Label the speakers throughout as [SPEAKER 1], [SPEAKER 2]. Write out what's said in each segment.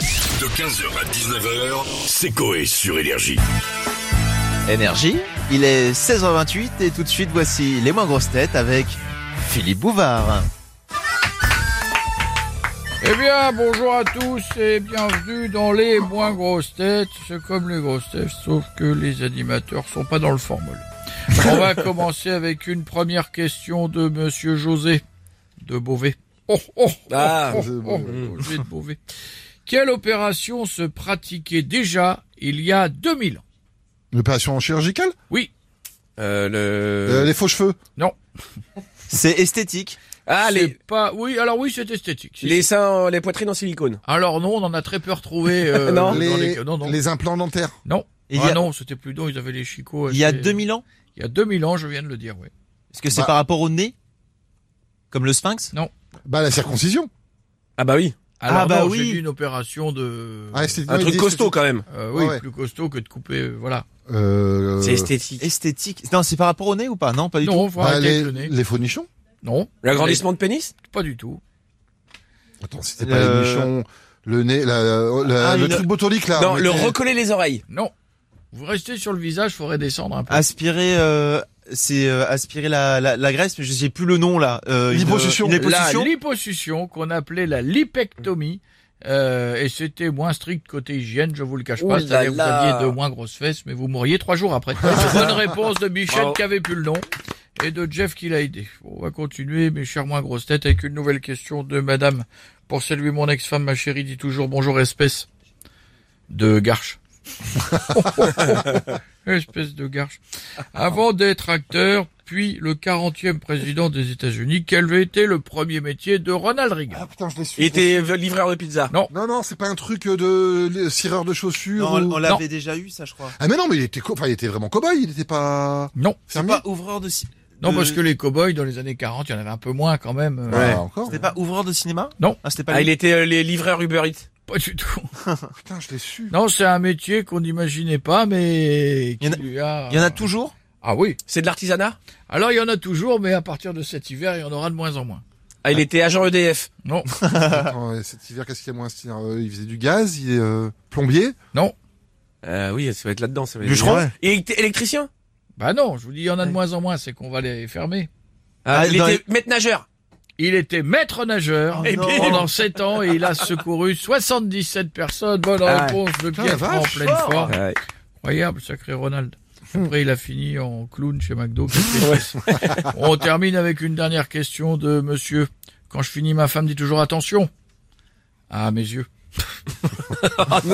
[SPEAKER 1] De 15h à 19h, c'est Coé sur Énergie.
[SPEAKER 2] Énergie, il est 16h28 et tout de suite voici les moins grosses têtes avec Philippe Bouvard.
[SPEAKER 3] Eh bien, bonjour à tous et bienvenue dans les moins grosses têtes. C'est comme les grosses têtes, sauf que les animateurs sont pas dans le formol. On va commencer avec une première question de Monsieur José de Beauvais. Oh, oh, oh,
[SPEAKER 4] Ah,
[SPEAKER 3] oh,
[SPEAKER 4] José de
[SPEAKER 5] euh,
[SPEAKER 3] oh,
[SPEAKER 4] Beauvais.
[SPEAKER 3] José de Beauvais. Quelle opération se pratiquait déjà il y a 2000 ans
[SPEAKER 5] Une opération chirurgicale
[SPEAKER 3] Oui,
[SPEAKER 4] Euh,
[SPEAKER 5] Euh,
[SPEAKER 4] le...
[SPEAKER 5] Les faux cheveux
[SPEAKER 3] non.
[SPEAKER 2] C'est esthétique.
[SPEAKER 4] Ah,
[SPEAKER 3] c'est
[SPEAKER 4] les,
[SPEAKER 3] pas. Oui, alors oui, c'est esthétique. si.
[SPEAKER 4] les seins, les poitrines en silicone.
[SPEAKER 3] Alors non, on en a très peu retrouvé. euh,
[SPEAKER 4] Non.
[SPEAKER 3] dans
[SPEAKER 5] les,
[SPEAKER 3] les- non, non.
[SPEAKER 5] les implants dentaires
[SPEAKER 3] Non.
[SPEAKER 2] Il y
[SPEAKER 3] ah
[SPEAKER 2] a-
[SPEAKER 3] non, c'était plus long, ils avaient les chicots.
[SPEAKER 2] Il y a
[SPEAKER 3] assez-
[SPEAKER 2] 2000 ans
[SPEAKER 3] Il y a 2000 ans, je viens de le dire, oui.
[SPEAKER 2] Est-ce que c'est
[SPEAKER 5] Bah.
[SPEAKER 2] par rapport au nez Comme le sphinx
[SPEAKER 5] Bah la circoncision.
[SPEAKER 4] Ah bah oui,
[SPEAKER 3] Alors
[SPEAKER 2] Ah, bah
[SPEAKER 3] non, j'ai
[SPEAKER 2] oui.
[SPEAKER 3] dit une opération de...
[SPEAKER 5] Ah, esthétique,
[SPEAKER 4] un
[SPEAKER 5] non,
[SPEAKER 4] truc
[SPEAKER 5] il dit
[SPEAKER 4] costaud quand même.
[SPEAKER 3] Euh, oui,
[SPEAKER 5] Ah ouais.
[SPEAKER 3] plus costaud que de couper, euh, voilà.
[SPEAKER 5] esthétique. Euh,
[SPEAKER 4] C'est esthétique.
[SPEAKER 2] Esthétique. Non, c'est par rapport au nez ou pas Non, pas du tout.
[SPEAKER 3] Non, faut
[SPEAKER 5] bah,
[SPEAKER 3] arrêter avec
[SPEAKER 5] les,
[SPEAKER 3] le nez.
[SPEAKER 5] les faux nichons
[SPEAKER 3] Non,
[SPEAKER 4] L'agrandissement de pénis
[SPEAKER 3] pas du tout.
[SPEAKER 5] Attends, c'était pas
[SPEAKER 2] Euh,
[SPEAKER 5] les nichons, le nez, la, oh, la-
[SPEAKER 2] Ah,
[SPEAKER 5] le
[SPEAKER 2] une-
[SPEAKER 5] truc botolique là.
[SPEAKER 4] Non,
[SPEAKER 5] on
[SPEAKER 4] le
[SPEAKER 5] était-
[SPEAKER 4] recoller les oreilles.
[SPEAKER 3] Non. Vous restez sur le visage, faudrait descendre un
[SPEAKER 5] Ah,
[SPEAKER 3] peu.
[SPEAKER 2] Aspirer, euh, c'est euh, aspirer la, la, la graisse, mais je sais plus le nom là. Euh, une-
[SPEAKER 5] Liposuction.
[SPEAKER 2] une liposuction.
[SPEAKER 3] la liposuction, qu'on appelait la lipectomie, euh, et c'était moins strict côté hygiène, je vous le cache
[SPEAKER 4] Ouh
[SPEAKER 3] pas.
[SPEAKER 4] là
[SPEAKER 3] C'est-à-dire que vous
[SPEAKER 4] là.
[SPEAKER 3] aviez de moins grosses fesses, mais vous mourriez trois jours après. Bonne réponse de Michel
[SPEAKER 4] Bravo.
[SPEAKER 3] qui avait plus le nom. Et de Jeff qui l'a aidé. Bon, on va continuer, mes chers moins grosses têtes, avec une nouvelle question de madame. Pour saluer mon ex-femme, ma chérie dit toujours bonjour espèce de garche. espèce de garche. Avant d'être acteur, puis le 40e président des États-Unis, quel avait été le premier métier de Ronald Reagan
[SPEAKER 5] Ah putain, je l'ai su.
[SPEAKER 4] Il était livreur de pizza.
[SPEAKER 5] Non, non, c'est pas un truc de le- cireur de chaussures.
[SPEAKER 2] Non, on,
[SPEAKER 5] ou-
[SPEAKER 2] on l'avait déjà eu, ça je crois.
[SPEAKER 5] Ah mais non, mais il était, co- enfin, il était vraiment cow-boy, il était pas.
[SPEAKER 3] Non.
[SPEAKER 5] C'est
[SPEAKER 2] Pas ouvreur de. ci-
[SPEAKER 3] Non,
[SPEAKER 2] de-
[SPEAKER 3] parce que les cowboys dans les années 40, il y en avait un peu moins quand même. Euh,
[SPEAKER 4] Ouais.
[SPEAKER 5] Ah, encore.
[SPEAKER 2] C'était pas ouvreur de cinéma
[SPEAKER 3] Non.
[SPEAKER 2] Ah, c'était pas.
[SPEAKER 4] Ah, il
[SPEAKER 2] lui.
[SPEAKER 4] était euh, les livreurs Uber Eats.
[SPEAKER 3] Pas du tout.
[SPEAKER 5] Putain, je l'ai su.
[SPEAKER 3] Non, c'est un métier qu'on n'imaginait pas, mais
[SPEAKER 2] Il
[SPEAKER 3] qui
[SPEAKER 2] y en a-
[SPEAKER 3] lui a...
[SPEAKER 2] Il y en a toujours.
[SPEAKER 3] Ah oui.
[SPEAKER 4] C'est de l'artisanat
[SPEAKER 3] Alors il y en a toujours, mais à partir de cet hiver, il y en aura de moins en moins.
[SPEAKER 4] Ah, il était agent EDF.
[SPEAKER 3] Non,
[SPEAKER 5] Attends, ouais, cet hiver, qu'est-ce qu'il y a moins stylé Euh, Il faisait du gaz, il est euh, plombier.
[SPEAKER 3] non.
[SPEAKER 4] Euh, oui, ça va être là-dedans. ça va être-
[SPEAKER 2] Bûcheron
[SPEAKER 5] Ouais.
[SPEAKER 4] Et il était électricien
[SPEAKER 3] Bah non, je vous dis, il y en a de moins en moins, c'est qu'on va les fermer.
[SPEAKER 4] ah,
[SPEAKER 2] Ah,
[SPEAKER 4] Il
[SPEAKER 2] dans
[SPEAKER 4] était maître nageur.
[SPEAKER 3] Il était maître nageur
[SPEAKER 2] Oh
[SPEAKER 3] et
[SPEAKER 2] non.
[SPEAKER 3] pendant 7 ans et il a secouru 77 personnes. Bonne
[SPEAKER 4] Ah.
[SPEAKER 3] réponse de
[SPEAKER 5] Putain, la
[SPEAKER 3] Pierre en
[SPEAKER 5] vache.
[SPEAKER 3] pleine
[SPEAKER 2] Fort.
[SPEAKER 3] forme.
[SPEAKER 4] Ouais.
[SPEAKER 3] Incroyable, sacré Ronald. Après, il a fini en clown chez McDo. Quelle tristesse. On termine avec une dernière question de monsieur. Quand je finis, ma femme dit toujours attention. À mes yeux.
[SPEAKER 4] Ah,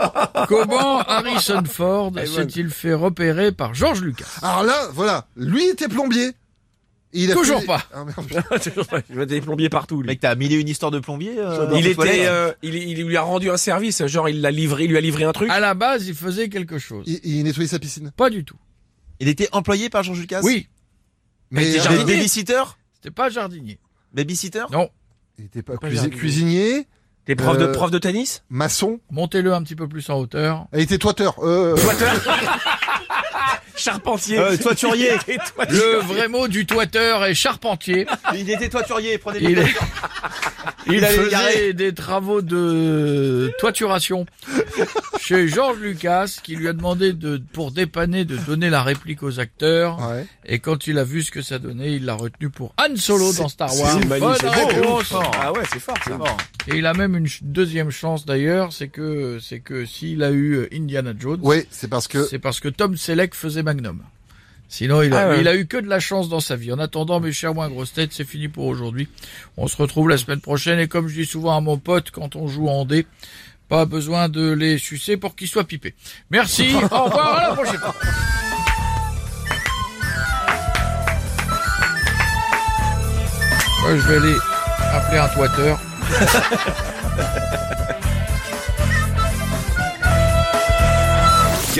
[SPEAKER 4] non
[SPEAKER 3] Comment Harrison Ford
[SPEAKER 4] Elle est bonne.
[SPEAKER 3] s'est-il fait repérer par George Lucas
[SPEAKER 5] Alors là, voilà, lui était plombier. Et il a
[SPEAKER 3] Toujours
[SPEAKER 5] fait-
[SPEAKER 3] pas.
[SPEAKER 5] Ah, merde, putain.
[SPEAKER 4] Toujours pas. Il était plombier partout. lui.
[SPEAKER 2] Mec, t'as mille et une histoire de plombier. euh, dans
[SPEAKER 4] Il
[SPEAKER 2] tes toilettes.
[SPEAKER 4] était, euh, il, il lui a rendu un service, genre il l'a livré, il lui a livré un truc.
[SPEAKER 3] À la base, il faisait quelque chose.
[SPEAKER 5] il, il nettoyait sa piscine.
[SPEAKER 3] Pas du tout.
[SPEAKER 2] Il était employé par Georges Lucas.
[SPEAKER 3] Oui,
[SPEAKER 4] Mais il était
[SPEAKER 5] euh,
[SPEAKER 2] Ba-
[SPEAKER 4] jardinier.
[SPEAKER 2] Babysitter.
[SPEAKER 3] c'était pas jardinier.
[SPEAKER 2] Babysitter.
[SPEAKER 3] Non,
[SPEAKER 5] il était pas
[SPEAKER 4] Pas
[SPEAKER 5] cuisi-
[SPEAKER 4] jardinier.
[SPEAKER 5] cuisinier,
[SPEAKER 4] T'es prof de
[SPEAKER 5] Euh,
[SPEAKER 4] prof de tennis
[SPEAKER 5] maçon.
[SPEAKER 3] montez-le un petit peu plus en hauteur.
[SPEAKER 5] Il était toiteur. Euh,
[SPEAKER 4] Charpentier.
[SPEAKER 2] Euh, toiturier.
[SPEAKER 4] Et toi-
[SPEAKER 3] Le vrai mot du toiteur est charpentier.
[SPEAKER 2] Il était toiturier. Prenez
[SPEAKER 3] Il,
[SPEAKER 2] Ah, le.
[SPEAKER 3] il
[SPEAKER 2] allait
[SPEAKER 3] faisait
[SPEAKER 2] garer.
[SPEAKER 3] des travaux de toituration chez Georges Lucas qui lui a demandé de, pour dépanner de donner la réplique aux acteurs
[SPEAKER 5] ouais.
[SPEAKER 3] et quand il a vu ce que ça donnait il l'a retenu pour Han Solo dans Star Wars.
[SPEAKER 4] c'est
[SPEAKER 3] Bonne
[SPEAKER 4] magnifique.
[SPEAKER 3] réponse.
[SPEAKER 4] Ah ouais, c'est fort ça.
[SPEAKER 3] Et il a même une ch- deuxième chance d'ailleurs, c'est que c'est que s'il a eu euh, Indiana Jones,
[SPEAKER 5] Ouais, c'est parce que
[SPEAKER 3] c'est parce que Tom Selleck faisait Magnum. Sinon, il a,
[SPEAKER 4] Ah ouais.
[SPEAKER 3] il a eu que de la chance dans sa vie. En attendant, mes chers moins grosses têtes, c'est fini pour aujourd'hui. On se retrouve la semaine prochaine. Et comme je dis souvent à mon pote, quand on joue en dé, pas besoin de les sucer pour qu'ils soient pipés. Merci. au revoir. À la prochaine. Moi, je vais aller appeler un toiteur.